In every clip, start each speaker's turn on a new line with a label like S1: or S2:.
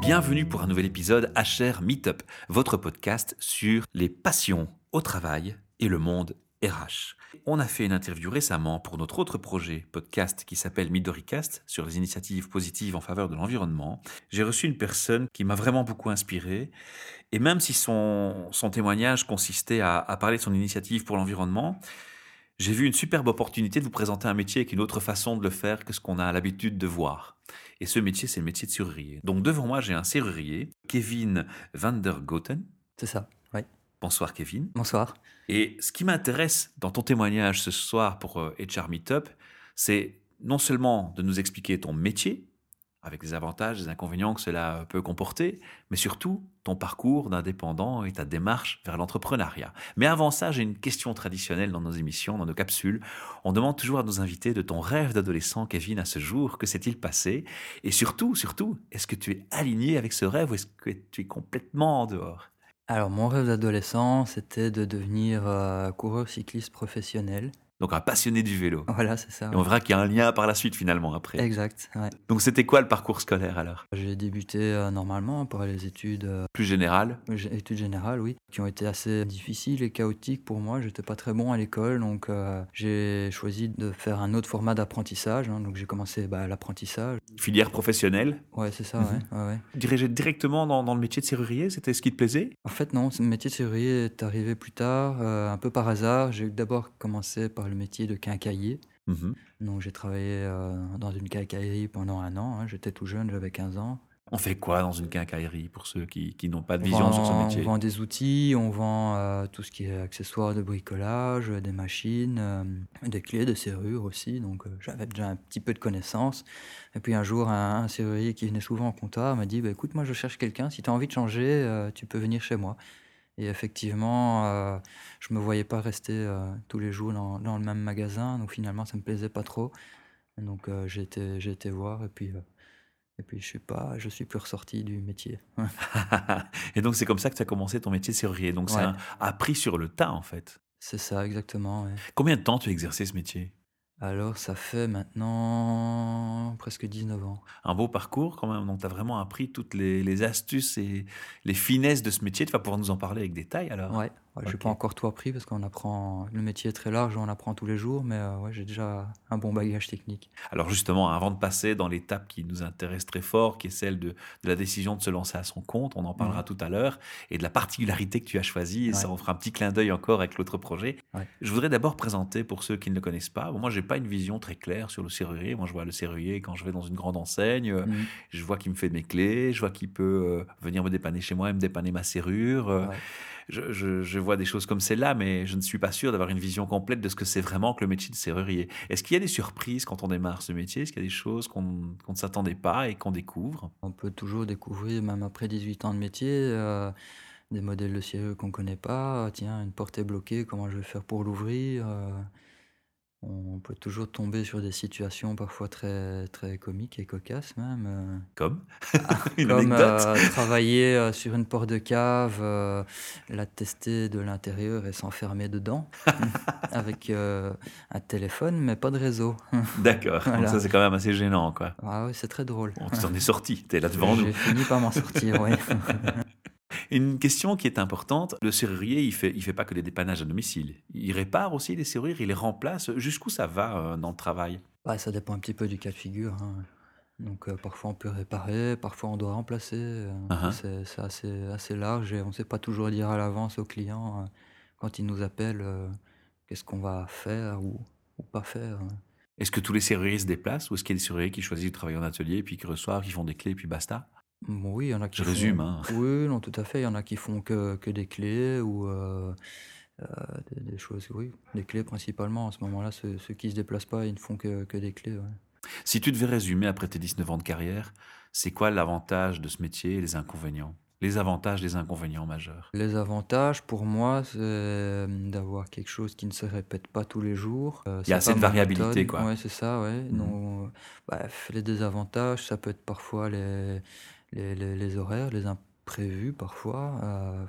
S1: bienvenue pour un nouvel épisode HR Meetup, votre podcast sur les passions au travail et le monde RH. On a fait une interview récemment pour notre autre projet podcast qui s'appelle Midoricast sur les initiatives positives en faveur de l'environnement. J'ai reçu une personne qui m'a vraiment beaucoup inspiré et même si son, son témoignage consistait à, à parler de son initiative pour l'environnement, j'ai vu une superbe opportunité de vous présenter un métier avec une autre façon de le faire que ce qu'on a l'habitude de voir. Et ce métier, c'est le métier de serrurier. Donc devant moi, j'ai un serrurier, Kevin van der Goten.
S2: C'est ça, oui.
S1: Bonsoir Kevin.
S2: Bonsoir.
S1: Et ce qui m'intéresse dans ton témoignage ce soir pour euh, HR Meetup, c'est non seulement de nous expliquer ton métier, avec les avantages, les inconvénients que cela peut comporter, mais surtout ton parcours d'indépendant et ta démarche vers l'entrepreneuriat. Mais avant ça, j'ai une question traditionnelle dans nos émissions, dans nos capsules. On demande toujours à nos invités de ton rêve d'adolescent, Kevin, à ce jour, que s'est-il passé Et surtout, surtout, est-ce que tu es aligné avec ce rêve ou est-ce que tu es complètement en dehors
S2: Alors, mon rêve d'adolescent, c'était de devenir euh, coureur cycliste professionnel.
S1: donc un passionné du vélo.
S2: Voilà, c'est ça.
S1: Et on verra qu'il y a un lien par la suite finalement après.
S2: Exact. ouais.
S1: Donc c'était quoi le parcours scolaire alors
S2: J'ai débuté euh, normalement pour les études, euh,
S1: Plus général,
S2: gé- études générales, oui, qui ont été assez difficiles et chaotiques pour moi. J'étais pas très bon à l'école, donc euh, j'ai choisi de faire un autre format d'apprentissage. hein. donc j'ai commencé bah, l'apprentissage.
S1: filière professionnelle,
S2: Ouais, c'est ça.
S1: Mhm.
S2: ouais, ouais, ouais.
S1: dirigé directement dans, dans le métier de serrurier C'était ce qui te plaisait
S2: En fait, non, ce métier de serrurier est arrivé plus tard, euh, un peu par hasard. J'ai d'abord commencé par le métier de quincaillier.
S1: Mhm.
S2: Donc j'ai travaillé euh, dans une quincaillerie pendant un an. hein. J'étais tout jeune, j'avais 15 ans.
S1: On fait quoi dans une quincaillerie pour ceux qui, qui n'ont pas de
S2: On
S1: vision sur
S2: vend-
S1: ce métier
S2: On vend des outils, on vend euh, tout ce qui est accessoires de bricolage, euh, des machines, euh, des clés, des serrures aussi. Donc euh, j'avais déjà un petit peu de connaissances. Et puis un jour, un, un serrurier qui venait souvent au comptoir m'a dit Bah, Écoute, moi je cherche quelqu'un. Si tu as envie de changer, euh, tu peux venir chez moi. Et effectivement, euh, je me voyais pas rester euh, tous les jours dans, dans le même magasin. Donc finalement, ça me plaisait pas trop. Donc euh, j'ai été, j'ai été voir et puis. euh, et puis je suis pas, je suis plus ressorti du métier.
S1: Et donc c'est comme ça que tu as commencé ton métier de serrurier. Donc c'est
S2: Ouais.
S1: un appris sur le tas en fait.
S2: C'est ça, exactement. ouais.
S1: Combien de temps tu as exercé ce métier
S2: Alors, ça fait maintenant presque 19 ans.
S1: un beau parcours quand même, donc tu as vraiment appris toutes les, les astuces et les finesses de ce métier. Tu vas pouvoir nous en parler avec détail alors.
S2: Ouais, ouais, j'ai
S1: Ah.
S2: pas
S1: ok.
S2: encore tout appris parce qu'on apprend. Le métier est très large, on apprend tous les jours, mais euh, ouais, j'ai déjà un bon bagage technique.
S1: Alors justement, avant de passer dans l'étape qui nous intéresse très fort, qui est celle de, de la décision de se lancer à son compte, on en parlera
S2: Mhm.
S1: tout à l'heure, et de la particularité que tu as choisie, et ça
S2: Ouais.
S1: on fera un petit clin d'œil encore avec l'autre projet.
S2: Ouais.
S1: Je voudrais d'abord présenter pour ceux qui ne le connaissent pas, Bon, moi j'ai pas une vision très claire sur le serrurier, moi je vois le serrurier quand je vais dans une grande enseigne, euh,
S2: Mhm.
S1: je vois qu'il me fait mes clés, je vois qu'il peut euh, venir me dépanner chez moi et me dépanner ma serrure, euh,
S2: Ouais.
S1: je, je- je vois des choses comme celle-là, mais je ne suis pas sûr d'avoir une vision complète de ce que c'est vraiment que le métier de serrurier. Est-ce qu'il y a des surprises quand on démarre ce métier Est-ce qu'il y a des choses qu'on qu'on ne s'attendait pas et qu'on découvre
S2: On peut toujours découvrir, même après 18 ans de métier, euh, des modèles de serrure qu'on connaît pas. Ah, Tiens, une porte est bloquée, comment je vais faire pour l'ouvrir Euh, On peut toujours tomber sur des situations parfois très, très comiques et cocasses même. euh.
S1: Comme une
S2: Ah, Comme
S1: anecdote
S2: euh, travailler euh, sur une porte de cave, euh, la tester de l'intérieur et s'enfermer dedans avec euh, un téléphone, mais pas de réseau.
S1: D'accord, donc
S2: euh, voilà.
S1: ça c'est quand même assez gênant quoi.
S2: Ah oui, c'est très drôle.
S1: On t'en est sorti, t'es là devant nous.
S2: J'ai fini par m'en sortir, oui.
S1: Une question qui est importante, le serrurier, il fait, il fait pas que des dépannages à domicile. Il répare aussi les serrures, il les remplace. Jusqu'où ça va euh, dans le travail
S2: Bah, ça dépend un petit peu du cas de figure. hein. Donc euh, parfois on peut réparer, parfois on doit remplacer. euh,
S1: Uh-huh.
S2: c'est- C'est assez, assez large et on ne sait pas toujours dire à l'avance au client euh, quand il nous appelle euh, qu'est-ce qu'on va faire ou, ou pas faire.
S1: Est-ce que tous les serruriers se déplacent ou est-ce qu'il y a des serruriers qui choisissent de travailler en atelier, puis qui reçoivent, qui font des clés, puis basta
S2: Bon, Oui, il y en a qui
S1: Je
S2: font-
S1: résume, hein.
S2: Oui, non, tout à fait. Il y en a qui font que, que des clés ou euh, euh, des, des choses, oui, des clés principalement. À ce moment-là, ceux, ceux qui se déplacent pas, ils ne font que, que des clés. ouais.
S1: Si tu devais résumer après tes 19 ans de carrière, c'est quoi l'avantage de ce métier et les inconvénients Les avantages, les inconvénients majeurs.
S2: Les avantages pour moi, c'est euh, d'avoir quelque chose qui ne se répète pas tous les jours. Euh,
S1: Il y a
S2: c'est
S1: assez
S2: pas
S1: de variabilité,
S2: monotone.
S1: quoi.
S2: Ouais, c'est ça, ouais.
S1: Mhm.
S2: Donc, bref, les désavantages, ça peut être parfois les, les, les- les horaires, les imprévus parfois, euh,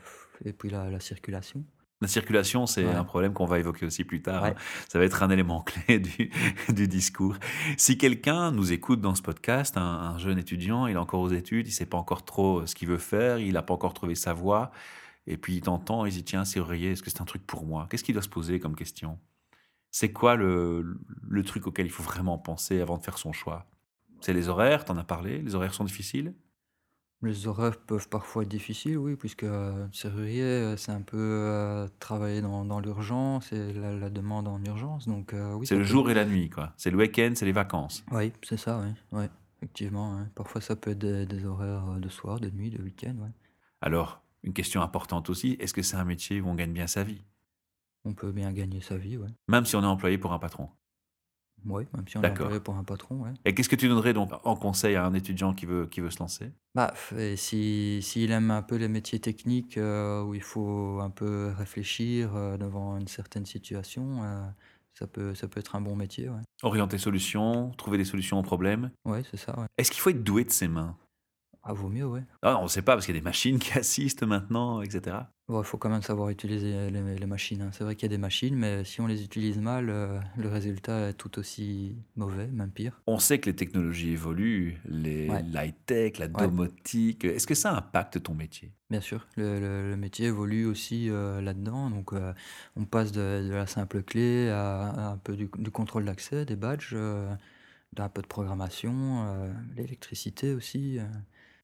S2: et puis la, la circulation.
S1: La circulation, c'est
S2: Ouais.
S1: un problème qu'on va évoquer aussi plus tard.
S2: Ouais.
S1: hein. Ça va être un élément clé du, du discours. Si quelqu'un nous écoute dans ce podcast, un, un jeune étudiant, il est encore aux études, il ne sait pas encore trop euh, ce qu'il veut faire, il n'a pas encore trouvé sa voie, et puis il t'entend, il se dit tiens, serrurier, est-ce que c'est un truc pour moi Qu'est-ce qu'il doit se poser comme question C'est quoi le, le truc auquel il faut vraiment penser avant de faire son choix C'est les horaires, t'en as parlé, les horaires sont difficiles
S2: Les horaires peuvent parfois être difficiles, oui, puisque euh, serrurier, euh, c'est un peu euh, travailler dans, dans l'urgence et la, la demande en urgence. Donc, euh, oui,
S1: C'est
S2: ça
S1: le
S2: peut-
S1: jour et la nuit, quoi. C'est le week-end, c'est les vacances.
S2: Oui, c'est ça, oui. Ouais, effectivement, ouais. parfois ça peut être des, des horaires euh, de soir, de nuit, de week-end. ouais.
S1: Alors, une question importante aussi, est-ce que c'est un métier où on gagne bien sa vie
S2: On peut bien gagner sa vie, oui.
S1: Même si on est employé pour un patron.
S2: Oui, même si on est
S1: D'accord.
S2: employé pour un patron, ouais.
S1: Et qu'est-ce que tu donnerais donc en conseil à un étudiant qui veut, qui veut se lancer
S2: Bah, f- et si, s'il aime un peu les métiers techniques euh, où il faut un peu réfléchir euh, devant une certaine situation, euh, ça peut, ça peut être un bon métier, ouais.
S1: Orienter solutions, trouver des solutions aux problèmes.
S2: Ouais, c'est ça, ouais.
S1: Est-ce qu'il faut être doué de ses mains
S2: Ah, vaut mieux, ouais.
S1: ah, On ne sait pas, parce qu'il y a des machines qui assistent maintenant, etc.
S2: Bon, il faut quand même savoir utiliser les, les machines. hein. C'est vrai qu'il y a des machines, mais si on les utilise mal, euh, le résultat est tout aussi mauvais, même pire.
S1: On sait que les technologies évoluent, les
S2: Ouais.
S1: l'high-tech, la
S2: Ouais.
S1: domotique. Est-ce que ça impacte ton métier
S2: Bien sûr, le, le- le métier évolue aussi euh, là-dedans. Donc, euh, on passe de, de la simple clé à, à un peu du, du contrôle d'accès, des badges, euh, d'un peu de programmation, euh, l'électricité aussi. euh.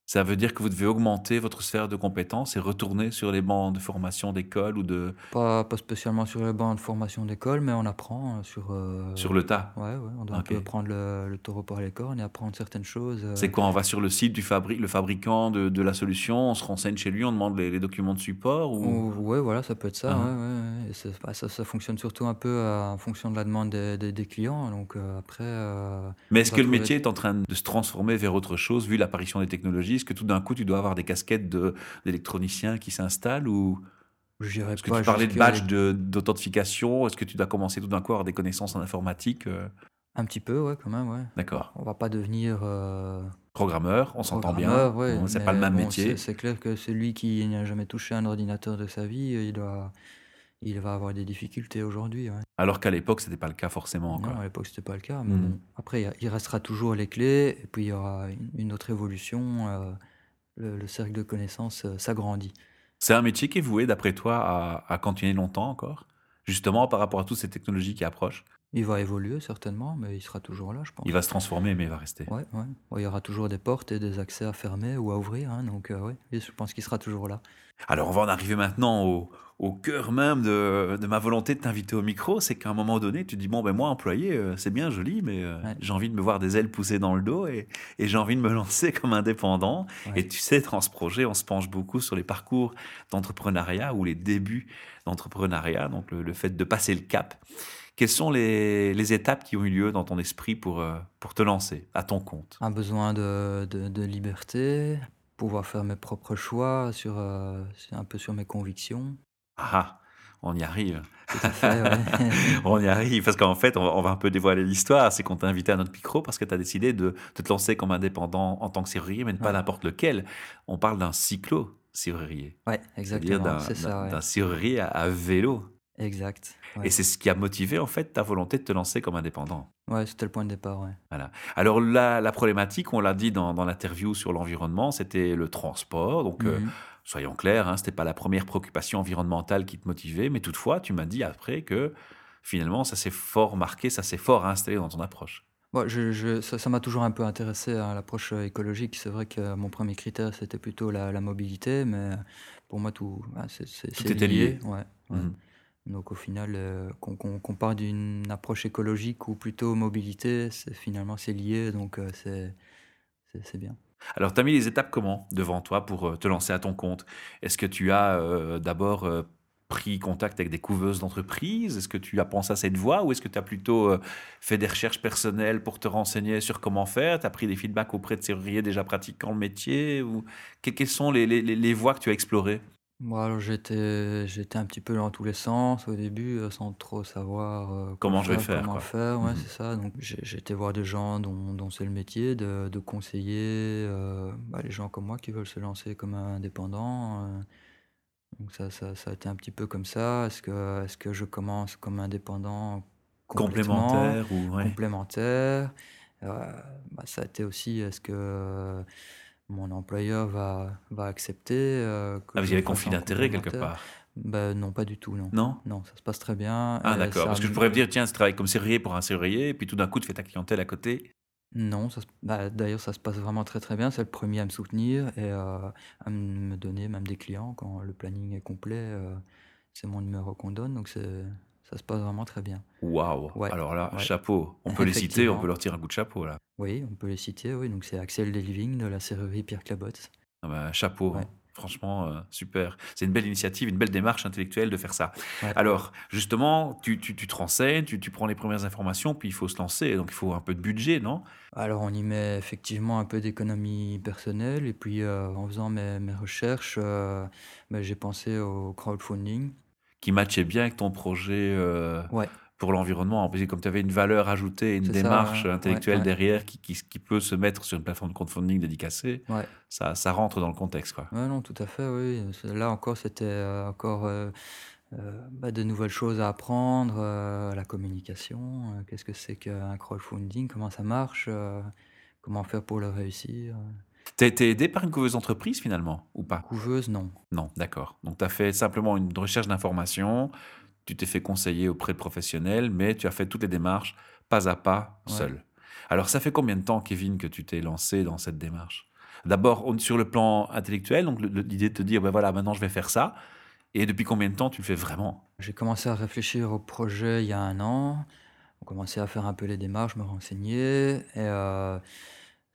S1: Ça veut dire que vous devez augmenter votre sphère de compétences et retourner sur les bancs de formation d'école ou de
S2: Pas, pas spécialement sur les bancs de formation d'école, mais on apprend euh, sur. euh,
S1: sur le tas.
S2: Ouais, ouais, on doit un
S1: Ok.
S2: peu prendre le, le taureau par les cornes et apprendre certaines choses. euh,
S1: C'est quoi On va sur le site du fabri le fabricant de, de la solution, on se renseigne chez lui, on demande les, les documents de support ou...
S2: Ou- ouais, voilà, ça peut être ça.
S1: Ah.
S2: ouais, ouais, ouais. Et c'est- bah, ça, ça fonctionne surtout un peu euh, en fonction de la demande des, des- des clients. Donc euh, après, euh,
S1: Mais est-ce
S2: on
S1: que le
S2: va trouver-
S1: métier est en train de se transformer vers autre chose vu l'apparition des technologies Est-ce que tout d'un coup tu dois avoir des casquettes de- d'électroniciens qui s'installent ou
S2: je dirais
S1: Est-ce que
S2: pas
S1: tu parlais de
S2: jusque-
S1: badge de- d'authentification Est-ce que tu dois commencer tout d'un coup à avoir des connaissances en informatique Euh,
S2: Un petit peu, ouais, quand même, ouais.
S1: D'accord.
S2: On va pas devenir euh,
S1: Programmeur, on s'entend bien.
S2: programmeur, ouais,
S1: Bon, c'est
S2: mais
S1: pas le même
S2: bon,
S1: métier.
S2: c'est- C'est clair que celui qui n'a jamais touché un ordinateur de sa vie, euh, il doit, il va avoir des difficultés aujourd'hui. ouais.
S1: Alors qu'à l'époque, c'était pas le cas forcément. quoi.
S2: Non, à l'époque, c'était pas le cas. Mais
S1: Mhm.
S2: bon, après, il y a- il restera toujours les clés, et puis il y aura une- une autre évolution. euh, le, le cercle de connaissances euh, s'agrandit.
S1: C'est un métier qui est voué, d'après toi, à, à continuer longtemps encore Justement, par rapport à toutes ces technologies qui approchent,
S2: Il va évoluer certainement, mais il sera toujours là, je pense.
S1: il va se transformer, mais il va rester.
S2: Ouais, ouais. Ouais, il y aura toujours des portes et des accès à fermer ou à ouvrir, hein, donc euh, ouais, oui, je pense qu'il sera toujours là.
S1: Alors, on va en arriver maintenant au, au cœur même de, de ma volonté de t'inviter au micro. C'est qu'à un moment donné, tu dis Bon, ben moi, employé, euh, c'est bien joli, mais euh,
S2: Ouais.
S1: j'ai envie de me voir des ailes pousser dans le dos et, et j'ai envie de me lancer comme indépendant.
S2: Ouais.
S1: Et tu sais, dans ce projet, on se penche beaucoup sur les parcours d'entrepreneuriat ou les débuts d'entrepreneuriat, donc le, le fait de passer le cap. Quelles sont les, les étapes qui ont eu lieu dans ton esprit pour, euh, pour te lancer à ton compte
S2: Un besoin de, de- de liberté, pouvoir faire mes propres choix, sur, euh, sur- un peu sur mes convictions.
S1: Ah ah, on y arrive.
S2: Tout à fait, ouais.
S1: On y arrive, parce qu'en fait, on va, on va un peu dévoiler l'histoire. C'est qu'on t'a invité à notre micro parce que tu as décidé de, de te lancer comme indépendant en tant que serrurier, mais de pas
S2: Ouais.
S1: n'importe lequel. On parle d'un cyclo-serrurier,
S2: Ouais,
S1: c'est-à-dire
S2: exactement,
S1: d'un
S2: c'est ça,
S1: d'un-
S2: ouais.
S1: d'un serrurier à, à vélo.
S2: Exact.
S1: Et
S2: Ouais,
S1: c'est ce qui a motivé, en fait, ta volonté de te lancer comme indépendant.
S2: Ouais, c'était le point de départ, ouais.
S1: Alors, la, la problématique, on l'a dit dans, dans l'interview sur l'environnement, c'était le transport. Donc, euh,
S2: Mhm.
S1: soyons clairs, hein, ce n'était pas la première préoccupation environnementale qui te motivait, mais toutefois, tu m'as dit après que finalement, ça s'est fort marqué, ça s'est fort installé dans ton approche.
S2: Moi, je- je- ça, ça m'a toujours un peu intéressé à l'approche euh, écologique. C'est vrai que euh, mon premier critère, c'était plutôt la, la mobilité, mais euh, pour moi, tout, ah, c'est, c'est-
S1: Tout
S2: c'est
S1: était lié.
S2: Ouais, ouais.
S1: Mhm.
S2: Donc au final, euh, qu'on, qu'on- qu'on part d'une approche écologique ou plutôt mobilité, c'est, finalement, c'est lié, donc euh, c'est, c'est, c'est bien.
S1: Alors, tu as mis les étapes comment devant toi pour euh, te lancer à ton compte Est-ce que tu as euh, d'abord euh, pris contact avec des couveuses d'entreprise Est-ce que tu as pensé à cette voie ou est-ce que tu as plutôt euh, fait des recherches personnelles pour te renseigner sur comment faire Tu as pris des feedbacks auprès de serruriers déjà pratiquant le métier ou... Que- Quelles sont les, les- les- les voies que tu as explorées
S2: Moi, alors, j'étais, j'étais un petit peu dans tous les sens au début, euh, sans trop savoir euh,
S1: Comment je vais faire,
S2: Comment
S1: quoi.
S2: faire, ouais,
S1: Mhm.
S2: c'est ça. Donc, j'ai, j'étais voir des gens dont, dont c'est le métier, de, de conseiller euh, bah, les gens comme moi qui veulent se lancer comme indépendants. euh, Donc ça, ça, ça a été un petit peu comme ça. Est-ce que, est-ce que je commence comme indépendant complètement,
S1: Complémentaire ou ouais.
S2: complémentaire Euh, bah, Ça a été aussi, est-ce que euh, mon employeur va, va accepter euh, que
S1: Ah, vous
S2: je
S1: y avez
S2: fasse
S1: conflit
S2: en
S1: d'intérêt quelque
S2: complémentaire
S1: part.
S2: Ben, Non, pas du tout, non.
S1: Non
S2: Non, ça se passe très bien.
S1: Ah,
S2: et
S1: d'accord.
S2: ça
S1: Parce que je
S2: me-
S1: pourrais me dire, tiens, je travaille comme serrurier pour un serrurier, et puis tout d'un coup, tu fais ta clientèle à côté.
S2: Non, ça se- bah, d'ailleurs, ça se passe vraiment très très bien. C'est le premier à me soutenir et euh, à me donner même des clients quand le planning est complet. euh, c'est mon numéro qu'on donne, donc c'est- ça se passe vraiment très bien.
S1: Waouh
S2: Ouais,
S1: Alors là,
S2: ouais.
S1: chapeau. On peut les citer, on
S2: Effectivement.
S1: peut leur tirer un coup de chapeau, là.
S2: Oui, on peut les citer, oui. Donc c'est Axel Delving de la serrurerie Pierre Clabotte.
S1: Ah bah, chapeau.
S2: Ouais.
S1: Franchement, euh, super. C'est une belle initiative, une belle démarche intellectuelle de faire ça.
S2: Ouais.
S1: Alors, justement, tu, tu, tu te renseignes, tu, tu prends les premières informations, puis il faut se lancer. Donc, il faut un peu de budget, non
S2: Alors on y met effectivement un peu d'économie personnelle et puis euh, en faisant mes, mes recherches, euh, ben, j'ai pensé au crowdfunding.
S1: Qui matchait bien avec ton projet euh,
S2: Ouais.
S1: pour l'environnement. En plus, Comme tu avais une valeur ajoutée, une
S2: C'est ça,
S1: démarche
S2: ouais,
S1: intellectuelle
S2: ouais.
S1: derrière qui, qui, qui peut se mettre sur une plateforme de crowdfunding dédicacée,
S2: Ouais.
S1: ça, ça rentre dans le contexte, quoi.
S2: Ouais, non, tout à fait, oui. C'est- Là encore, c'était euh, encore euh, euh, bah, de nouvelles choses à apprendre, euh, la communication, euh, qu'est-ce que c'est qu'un crowdfunding, comment ça marche, euh, comment faire pour le réussir.
S1: T'as été aidé par une couveuse entreprise finalement ou pas
S2: Couveuse, non.
S1: Non, d'accord. Donc t'as fait simplement une recherche d'informations, tu t'es fait conseiller auprès de professionnels, mais tu as fait toutes les démarches pas à pas
S2: Ouais.
S1: seul. Alors ça fait combien de temps, Kevin, que tu t'es lancé dans cette démarche D'abord on- sur le plan intellectuel, donc le- le- l'idée de te dire ben voilà maintenant je vais faire ça. Et depuis combien de temps tu le fais vraiment
S2: J'ai commencé à réfléchir au projet il y a un an. On commençait à faire un peu les démarches, me renseigner. Et euh,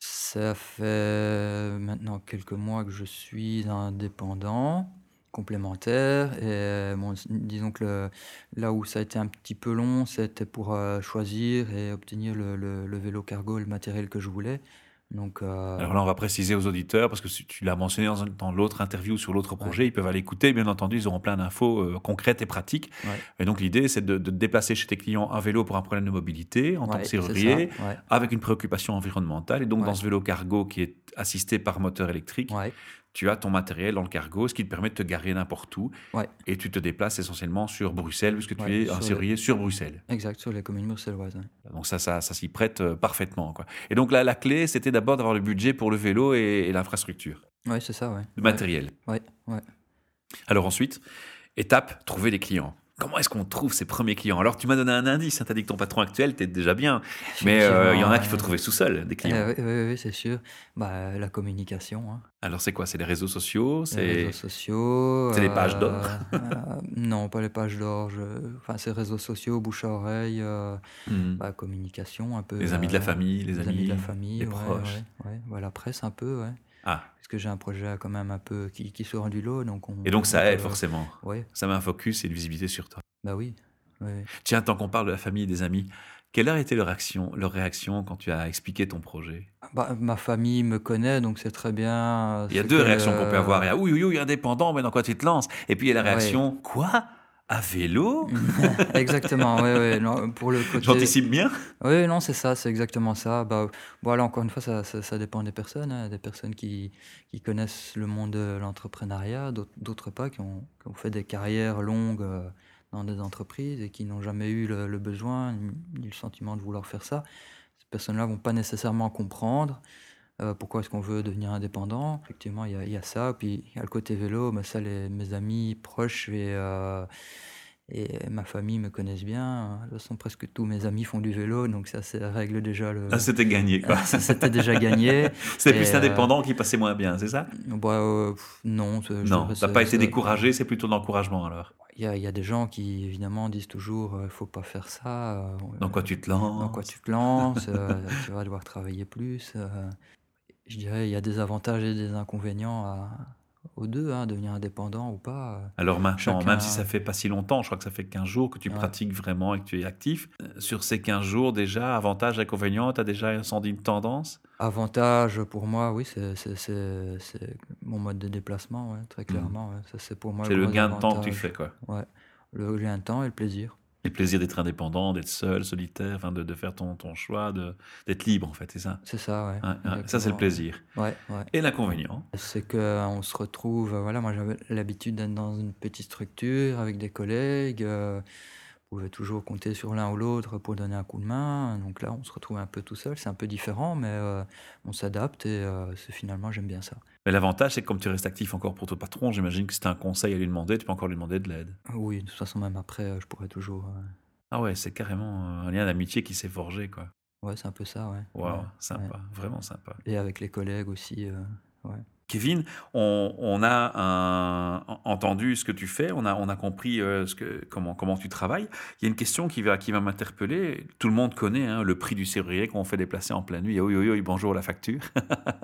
S2: ça fait maintenant quelques mois que je suis indépendant, complémentaire. Et bon, s- disons que le- là où ça a été un petit peu long, c'était pour euh, choisir et obtenir le, le- le vélo cargo, le matériel que je voulais. Donc, euh,
S1: Alors là, on va préciser aux auditeurs, parce que si tu l'as mentionné dans, dans l'autre interview sur l'autre projet, ils peuvent aller écouter. Bien entendu, ils auront plein d'infos euh, concrètes et pratiques.
S2: Ouais.
S1: Et donc, l'idée, c'est de, de déplacer chez tes clients un vélo pour un problème de mobilité en tant
S2: ouais,
S1: que
S2: c'est ça,
S1: serrurier,
S2: ouais,
S1: avec une préoccupation environnementale. Et donc,
S2: Ouais.
S1: dans ce vélo cargo qui est assisté par moteur électrique,
S2: ouais.
S1: tu as ton matériel dans le cargo, ce qui te permet de te garer n'importe où.
S2: Ouais.
S1: Et tu te déplaces essentiellement sur Bruxelles, puisque tu es
S2: Ouais,
S1: un
S2: sur les-
S1: serrurier sur Bruxelles.
S2: Exact, sur les communes bruxelloises. ouais.
S1: Donc ça, ça, ça s'y prête euh, parfaitement. Quoi. Et donc là, la clé, c'était d'abord d'avoir le budget pour le vélo et, et l'infrastructure,
S2: Ouais, c'est ça, ouais.
S1: le
S2: Ouais,
S1: matériel.
S2: ouais, ouais.
S1: Alors ensuite, étape, trouver des clients. Comment est-ce qu'on trouve ses premiers clients Alors tu m'as donné un indice, hein, t'as dit que ton patron actuel, t'es déjà bien, mais euh, il y en a qu'il faut
S2: Effectivement,
S1: trouver sous sol des
S2: Eh
S1: clients.
S2: oui, oui, oui, c'est sûr. Bah, euh, la communication, hein.
S1: Alors c'est quoi C'est les réseaux sociaux
S2: les réseaux
S1: C'est
S2: sociaux.
S1: c'est les pages d'or
S2: euh, euh, Non, pas les pages d'or. je- Enfin, c'est réseaux sociaux, bouche à oreille, euh,
S1: Hmm.
S2: bah, communication un peu.
S1: les amis de la
S2: euh,
S1: famille, les,
S2: Les amis, de la famille,
S1: les
S2: ouais,
S1: proches.
S2: ouais, ouais. Bah, la presse un peu, ouais.
S1: Ah,
S2: Parce que j'ai un projet quand même un peu qui, qui sort du lot, donc on.
S1: et donc
S2: on
S1: ça aide
S2: peut-
S1: forcément.
S2: Ouais,
S1: Ça met un focus et une visibilité sur toi.
S2: bah oui. ouais.
S1: Tiens, tant qu'on parle de la famille et des amis, quelle a été leur réaction, leur réaction quand tu as expliqué ton projet
S2: Bah, ma famille me connaît, donc c'est très bien. euh,
S1: Il y a
S2: ce
S1: deux
S2: que-
S1: réactions qu'on peut avoir. Il y a oui, oui, oui, indépendant, mais dans quoi tu te lances Et puis il y a la
S2: Ouais.
S1: réaction quoi À vélo
S2: euh, Exactement, ouais, ouais. non, pour le côté.
S1: J'anticipe bien.
S2: Oui, non, c'est ça, c'est exactement ça. Bah, voilà, encore une fois, ça, ça, ça dépend des personnes, hein, des personnes qui, qui connaissent le monde de l'entrepreneuriat, d'aut- d'autres pas, qui ont, qui ont fait des carrières longues euh, dans des entreprises et qui n'ont jamais eu le, le besoin ni ni le sentiment de vouloir faire ça. Ces personnes-là vont pas nécessairement comprendre euh, pourquoi est-ce qu'on veut devenir indépendant. Effectivement, il y a, il y a ça, puis il y a le côté vélo, mais ça, les, mes amis proches et... euh, et ma famille me connaissent bien. De toute façon, presque tous mes amis font du vélo, donc ça, ça règle déjà le.
S1: Ah, c'était gagné, quoi.
S2: Bah, ça, c'était déjà gagné.
S1: C'est
S2: Et,
S1: plus
S2: euh,
S1: l'indépendant qui passait moins bien, c'est ça
S2: Bah, euh, pff, non, je
S1: Non,
S2: dirais
S1: t'as
S2: ça-
S1: pas été
S2: ça-
S1: découragé, c'est plutôt de l'encouragement alors.
S2: Il y a, il y a des gens qui, évidemment, disent toujours euh, faut pas faire ça. euh,
S1: Dans quoi tu te
S2: dans
S1: lances
S2: quoi tu te lances euh, Tu vas devoir travailler plus. euh. Je dirais il y a des avantages et des inconvénients à- aux deux, hein, devenir indépendant ou pas. euh.
S1: Alors maintenant,
S2: Chacun-
S1: même si ça fait pas si longtemps, je crois que ça fait 15 jours que tu
S2: Ouais.
S1: pratiques vraiment et que tu es actif, euh, sur ces 15 jours déjà, avantages, inconvénients, t'as déjà senti une tendance
S2: Avantage pour moi, oui, c'est c'est- c'est- c'est mon mode de déplacement, ouais, très clairement. ouais. Ça, c'est pour moi
S1: Mmh. C'est le
S2: gros
S1: gain de temps que tu
S2: avantage.
S1: fais, quoi.
S2: Ouais. Le gain de temps et le plaisir.
S1: les plaisirs d'être indépendant, d'être seul, solitaire, enfin, de, de faire ton, ton choix, de- d'être libre, en fait, c'est ça.
S2: C'est ça, ouais.
S1: Ouais, ouais, ça, c'est le
S2: Exactement.
S1: plaisir.
S2: Ouais, ouais.
S1: Et l'inconvénient,
S2: C'est qu'on se retrouve, euh, voilà, moi j'avais l'habitude d'être dans une petite structure avec des collègues, euh, on pouvait toujours compter sur l'un ou l'autre pour donner un coup de main, donc là on se retrouve un peu tout seul, c'est un peu différent, mais euh, on s'adapte et euh, c'est finalement j'aime bien ça.
S1: mais l'avantage, c'est que comme tu restes actif encore pour ton patron, j'imagine que si tu as un conseil à lui demander, tu peux encore lui demander de l'aide.
S2: Oui, de toute façon même après euh, je pourrais toujours... euh,
S1: Ah ouais, c'est carrément euh, un lien d'amitié qui s'est forgé, quoi.
S2: Ouais, c'est un peu ça, ouais.
S1: Waouh,
S2: Ouais.
S1: sympa, vraiment sympa.
S2: Et avec les collègues aussi. euh,
S1: Kevin, on, on a un- en- entendu ce que tu fais, on a, on a compris euh, ce que, comment, comment tu travailles. Il y a une question qui va, qui va m'interpeller. Tout le monde connaît hein, le prix du serrurier qu'on fait déplacer en pleine nuit. Ah Oui, oui, oui, bonjour la facture.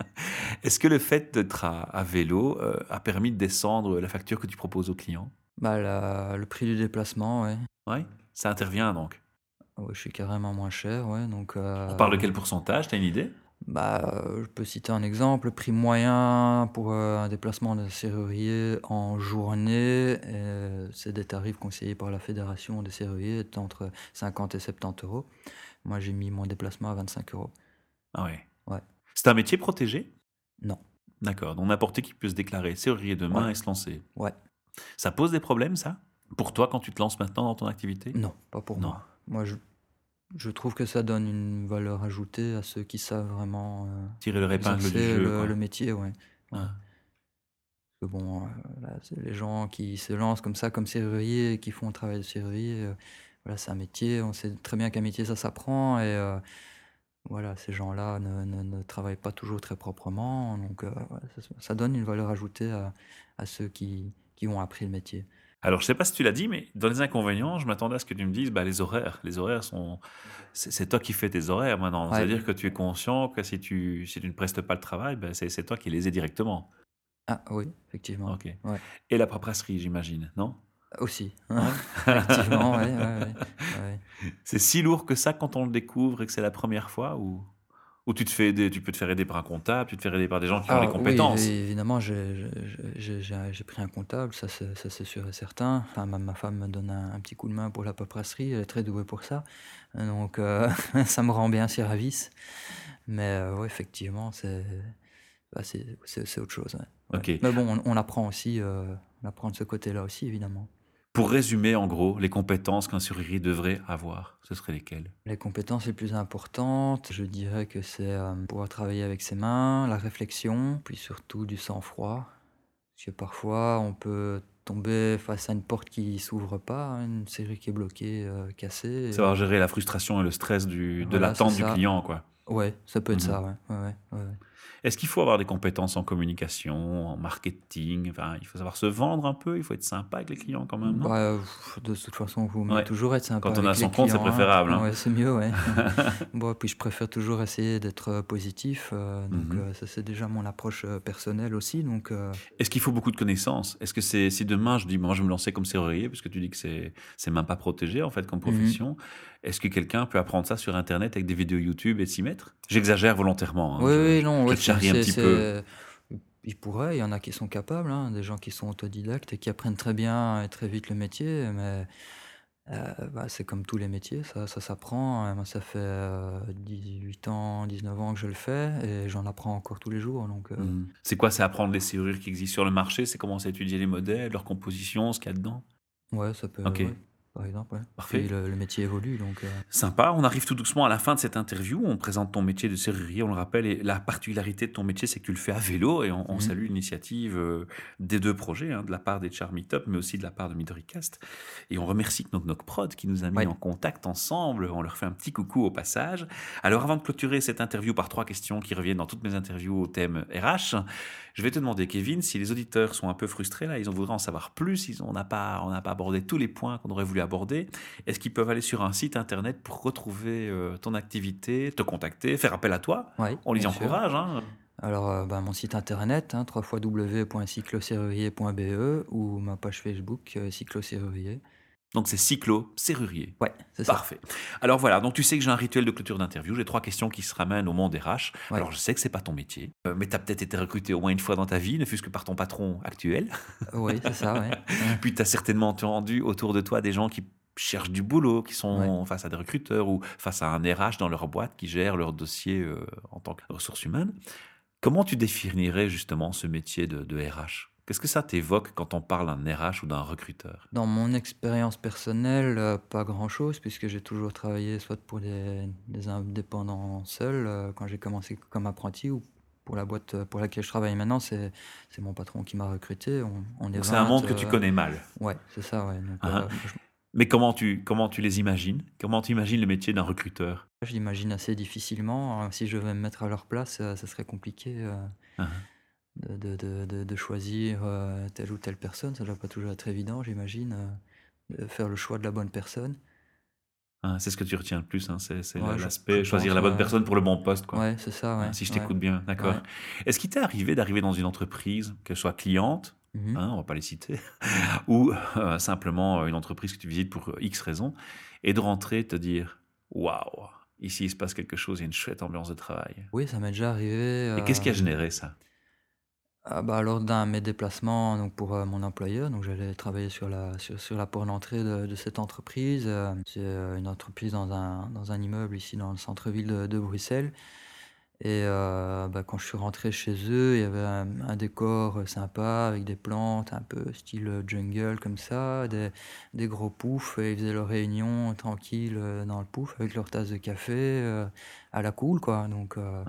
S1: Est-ce que le fait d'être à, à vélo euh, a permis de descendre la facture que tu proposes aux clients
S2: Bah, la- le prix du déplacement, ouais.
S1: Oui, ça intervient donc.
S2: Ouais, je suis carrément moins cher, ouais. Donc,
S1: On
S2: euh,
S1: parle de quel pourcentage Tu as une idée
S2: bah, euh, je peux citer un exemple. Le prix moyen pour euh, un déplacement d'un serrurier en journée, euh, c'est des tarifs conseillés par la Fédération des serruriers, est entre 50 et 70 euros. Moi, j'ai mis mon déplacement à 25 euros.
S1: Ah ouais.
S2: Ouais.
S1: C'est un métier protégé
S2: Non.
S1: D'accord, donc n'importe qui peut se déclarer serrurier demain
S2: Ouais.
S1: et se lancer.
S2: Ouais.
S1: Ça pose des problèmes, ça Pour toi, quand tu te lances maintenant dans ton activité
S2: Non, pas pour
S1: Non.
S2: moi. Moi, je, je trouve que ça donne une valeur ajoutée à ceux qui savent vraiment euh,
S1: Tirer le épingle du
S2: exercer
S1: jeu.
S2: le,
S1: quoi.
S2: euh, le métier, ouais.
S1: Ah.
S2: que bon, euh, là, c'est les gens qui se lancent comme ça, comme serrurier, qui font un travail de serrurier, euh, voilà, c'est un métier. On sait très bien qu'un métier, ça s'apprend. Et euh, voilà, ces gens-là ne, ne- ne travaillent pas toujours très proprement. Donc, euh, voilà, ça, ça donne une valeur ajoutée à, à ceux qui, qui ont appris le métier.
S1: Alors, je sais pas si tu l'as dit, mais dans les inconvénients, je m'attendais à ce que tu me dises bah, les horaires. Les horaires sont. C'est c'est toi qui fais tes horaires maintenant.
S2: Ouais.
S1: C'est-à-dire que tu es conscient que si tu, si tu ne prestes pas le travail, bah, c'est c'est toi qui les ai directement.
S2: Ah oui, effectivement.
S1: Ok.
S2: Ouais.
S1: Et la paperasserie, j'imagine, non
S2: Aussi. effectivement, ouais, ouais, ouais, ouais.
S1: C'est si lourd que ça quand on le découvre et que c'est la première fois ou, ou tu, te fais aider, tu peux te faire aider par un comptable, tu te fais aider par des gens qui ont
S2: Ah,
S1: les
S2: oui,
S1: compétences.
S2: oui, évidemment, j'ai- j'ai- j'ai j'ai- j'ai pris un comptable, ça c'est ça, c'est sûr et certain. Enfin, ma, ma femme me donne un, un petit coup de main pour la paperasserie, elle est très douée pour ça. Donc euh, ça me rend bien service. Mais euh, ouais, effectivement, c'est bah, c'est- c'est- c'est autre chose. ouais. Ouais.
S1: Ok.
S2: Mais bon, on, on apprend aussi, euh, on apprend de ce côté-là aussi, évidemment.
S1: Pour résumer, en gros, les compétences qu'un serrurier devrait avoir, ce seraient lesquelles
S2: Les compétences les plus importantes, je dirais que c'est euh, pouvoir travailler avec ses mains, la réflexion, puis surtout du sang-froid. Parce que parfois, on peut tomber face à une porte qui s'ouvre pas, hein, une série qui est bloquée, euh, cassée. et-
S1: Savoir gérer la frustration et le stress du, de
S2: Voilà,
S1: l'attente
S2: c'est
S1: du
S2: ça.
S1: client, quoi.
S2: Ouais, ça peut être
S1: Mhm.
S2: ça, ouais. ouais, ouais, ouais, ouais.
S1: Est-ce qu'il faut avoir des compétences en communication, en marketing Enfin, il faut savoir se vendre un peu, il faut être sympa avec les clients quand même, non
S2: Bah, euh, pff, de toute façon, vous
S1: Ouais.
S2: me toujours être sympa.
S1: Quand on a
S2: avec les
S1: son compte, c'est
S2: clients, hein.
S1: préférable, hein.
S2: Ouais, c'est mieux, ouais. bon, puis je préfère toujours essayer d'être euh, positif. euh, donc,
S1: Mhm.
S2: euh, ça, c'est déjà mon approche euh, personnelle aussi. Donc, euh,
S1: Est-ce qu'il faut beaucoup de connaissances Est-ce que c'est si demain je dis moi je vais me lancer comme serrurier parce que tu dis que c'est c'est même pas protégé en fait comme
S2: Mhm.
S1: profession Est-ce que quelqu'un peut apprendre ça sur internet avec des vidéos YouTube et s'y mettre J'exagère volontairement. hein,
S2: oui,
S1: je-
S2: oui, non,
S1: je
S2: ouais,
S1: te charrie un
S2: c'est-
S1: petit
S2: c'est-
S1: peu.
S2: Il pourrait, il y en a qui sont capables, hein, des gens qui sont autodidactes et qui apprennent très bien et très vite le métier, mais euh, bah, c'est comme tous les métiers, ça, ça s'apprend. hein. Moi, ça fait euh, 18 ans, 19 ans que je le fais et j'en apprends encore tous les jours. Donc, euh,
S1: Mhm. C'est quoi C'est apprendre les serrures qui existent sur le marché C'est commencer à étudier les modèles, leur composition, ce qu'il y a dedans
S2: ouais, ça peut.
S1: Mm. Ok.
S2: ouais, par exemple, ouais.
S1: Parfait.
S2: Puis le, le métier évolue, donc. euh,
S1: Sympa, on arrive tout doucement à la fin de cette interview. On présente ton métier de serrurier, on le rappelle, et la particularité de ton métier, c'est que tu le fais à vélo, et on, on
S2: Mhm.
S1: salue l'initiative euh, des deux projets, hein, de la part des Charmy Top, mais aussi de la part de Midoricast. Et on remercie Knock Knock Prod qui nous a mis
S2: Ouais.
S1: en contact ensemble. On leur fait un petit coucou au passage. Alors avant de clôturer cette interview par trois questions qui reviennent dans toutes mes interviews au thème RH, je vais te demander, Kevin, si les auditeurs sont un peu frustrés là, ils en voudraient en savoir plus, ils, on n'a pas, on n'a pas abordé tous les points qu'on aurait voulu aborder, est-ce qu'ils peuvent aller sur un site internet pour retrouver euh, ton activité, te contacter, faire appel à toi
S2: ouais,
S1: On les
S2: bien sûr.
S1: encourage, hein
S2: Alors, euh, bah, mon site internet, hein, www.cycloserrurier.be E ou ma page Facebook, euh, Cycloserrurier.
S1: Donc c'est Cyclo Serrurier.
S2: Ouais, c'est ça.
S1: Parfait. Alors voilà, donc tu sais que j'ai un rituel de clôture d'interview, j'ai trois questions qui se ramènent au monde RH.
S2: Ouais.
S1: Alors je sais que c'est pas ton métier, euh, mais tu as peut-être été recruté au moins une fois dans ta vie, ne fût-ce que par ton patron actuel.
S2: Oui, c'est ça, ouais.
S1: Puis tu as certainement entendu autour de toi des gens qui cherchent du boulot, qui sont
S2: Ouais.
S1: face à des recruteurs ou face à un RH dans leur boîte qui gère leur dossier euh, en tant que ressources humaines. Comment tu définirais justement ce métier de, de RH Qu'est-ce que ça t'évoque quand on parle d'un RH ou d'un recruteur
S2: Dans mon expérience personnelle, euh, pas grand-chose, puisque j'ai toujours travaillé soit pour des, des indépendants seuls, euh, quand j'ai commencé comme apprenti, ou pour la boîte euh, pour laquelle je travaille maintenant, c'est c'est mon patron qui m'a recruté. On, on est
S1: Donc, C'est un
S2: 20,
S1: monde que tu
S2: euh,
S1: connais mal.
S2: Ouais, c'est ça, ouais. Donc,
S1: Ah,
S2: euh, je-
S1: Mais comment tu, comment tu les imagines Comment tu imagines le métier d'un recruteur
S2: Je l'imagine assez difficilement. hein. Si je veux me mettre à leur place, euh, ça serait compliqué euh,
S1: Ah.
S2: de, de- de- de- de choisir euh, telle ou telle personne. Ça ne doit pas toujours être évident, j'imagine, euh, de faire le choix de la bonne personne.
S1: Hein, C'est ce que tu retiens le plus, hein, c'est c'est
S2: Ouais, je-
S1: l'aspect
S2: je
S1: choisir
S2: pense,
S1: la bonne
S2: ouais.
S1: personne pour le bon poste. Quoi.
S2: Ouais, c'est ça, ouais.
S1: Hein, si je
S2: ouais.
S1: t'écoute bien, d'accord.
S2: Ouais.
S1: Est-ce qu'il t'est arrivé d'arriver dans une entreprise, qu'elle soit cliente,
S2: Mhm.
S1: hein, on va pas les citer, ou euh, simplement euh, une entreprise que tu visites pour euh, X raisons, et de rentrer et te dire Waouh, ici il se passe quelque chose, il y a une chouette ambiance de travail.
S2: Oui, ça m'est déjà arrivé.
S1: Et qu'est-ce qui a
S2: euh,
S1: généré ça
S2: ah bah, Lors d'un de mes déplacements donc pour euh, mon employeur, donc j'allais travailler sur la, sur, sur la porte d'entrée de, de cette entreprise. euh, c'est euh, une entreprise dans un, dans un immeuble ici dans le centre-ville de, de Bruxelles. Et euh, bah, quand je suis rentré chez eux, il y avait un, un décor euh, sympa avec des plantes un peu style euh, jungle comme ça, des, des gros poufs. Et ils faisaient leurs réunions tranquilles euh, dans le pouf avec leur tasse de café euh, à la cool quoi. Donc euh,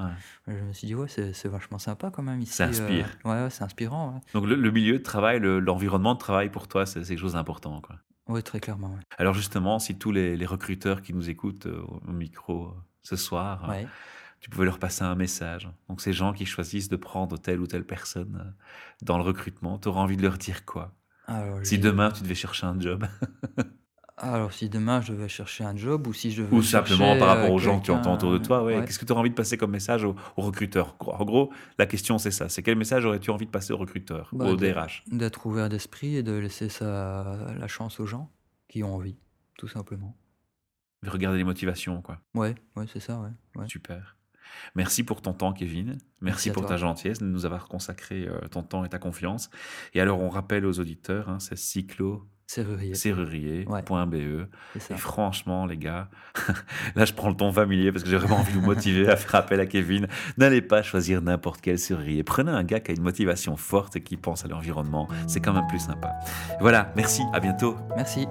S1: Ouais.
S2: je me suis dit ouais c'est c'est vachement sympa quand même ici.
S1: Ça inspire.
S2: euh, ouais, ouais, c'est inspirant. Ouais.
S1: Donc le, le milieu de travail, le- l'environnement de travail pour toi, c'est c'est quelque chose d'important. quoi.
S2: Ouais, très clairement. ouais.
S1: Alors justement, si tous les, les recruteurs qui nous écoutent euh, au au micro euh, ce soir, euh,
S2: Ouais.
S1: tu pouvais leur passer un message. Donc ces gens qui choisissent de prendre telle ou telle personne euh, dans le recrutement, tu auras envie de leur dire quoi
S2: Alors, je
S1: Si
S2: dis-
S1: demain tu devais chercher un job,
S2: alors si demain je devais chercher un job ou si je devais
S1: ou simplement par
S2: chercher,
S1: rapport
S2: euh,
S1: aux gens que tu entends autour de toi, ouais,
S2: quelqu'un- ouais.
S1: qu'est-ce que tu auras envie de passer comme message aux, aux recruteurs En gros, la question c'est ça, c'est quel message aurais-tu envie de passer aux recruteurs,
S2: Bah,
S1: aux
S2: de-
S1: DRH
S2: d'être ouvert d'esprit et de laisser sa, la chance aux gens qui ont envie, tout simplement.
S1: Regarder les motivations, quoi.
S2: Ouais, ouais, c'est ça, ouais. ouais.
S1: Super. Merci pour ton temps, Kevin. Merci,
S2: Merci à
S1: pour
S2: toi.
S1: ta gentillesse de nous avoir consacré euh, ton temps et ta confiance. Et alors, on rappelle aux auditeurs, hein, c'est cyclo-serrurier.be.
S2: Serrurier, Ouais.
S1: E
S2: c'est ça.
S1: Et franchement, les gars, là, je prends le ton familier parce que j'ai vraiment envie de vous motiver à faire appel à Kevin. N'allez pas choisir n'importe quel serrurier. Prenez un gars qui a une motivation forte et qui pense à l'environnement. C'est quand même plus sympa. Voilà, merci, à bientôt.
S2: Merci.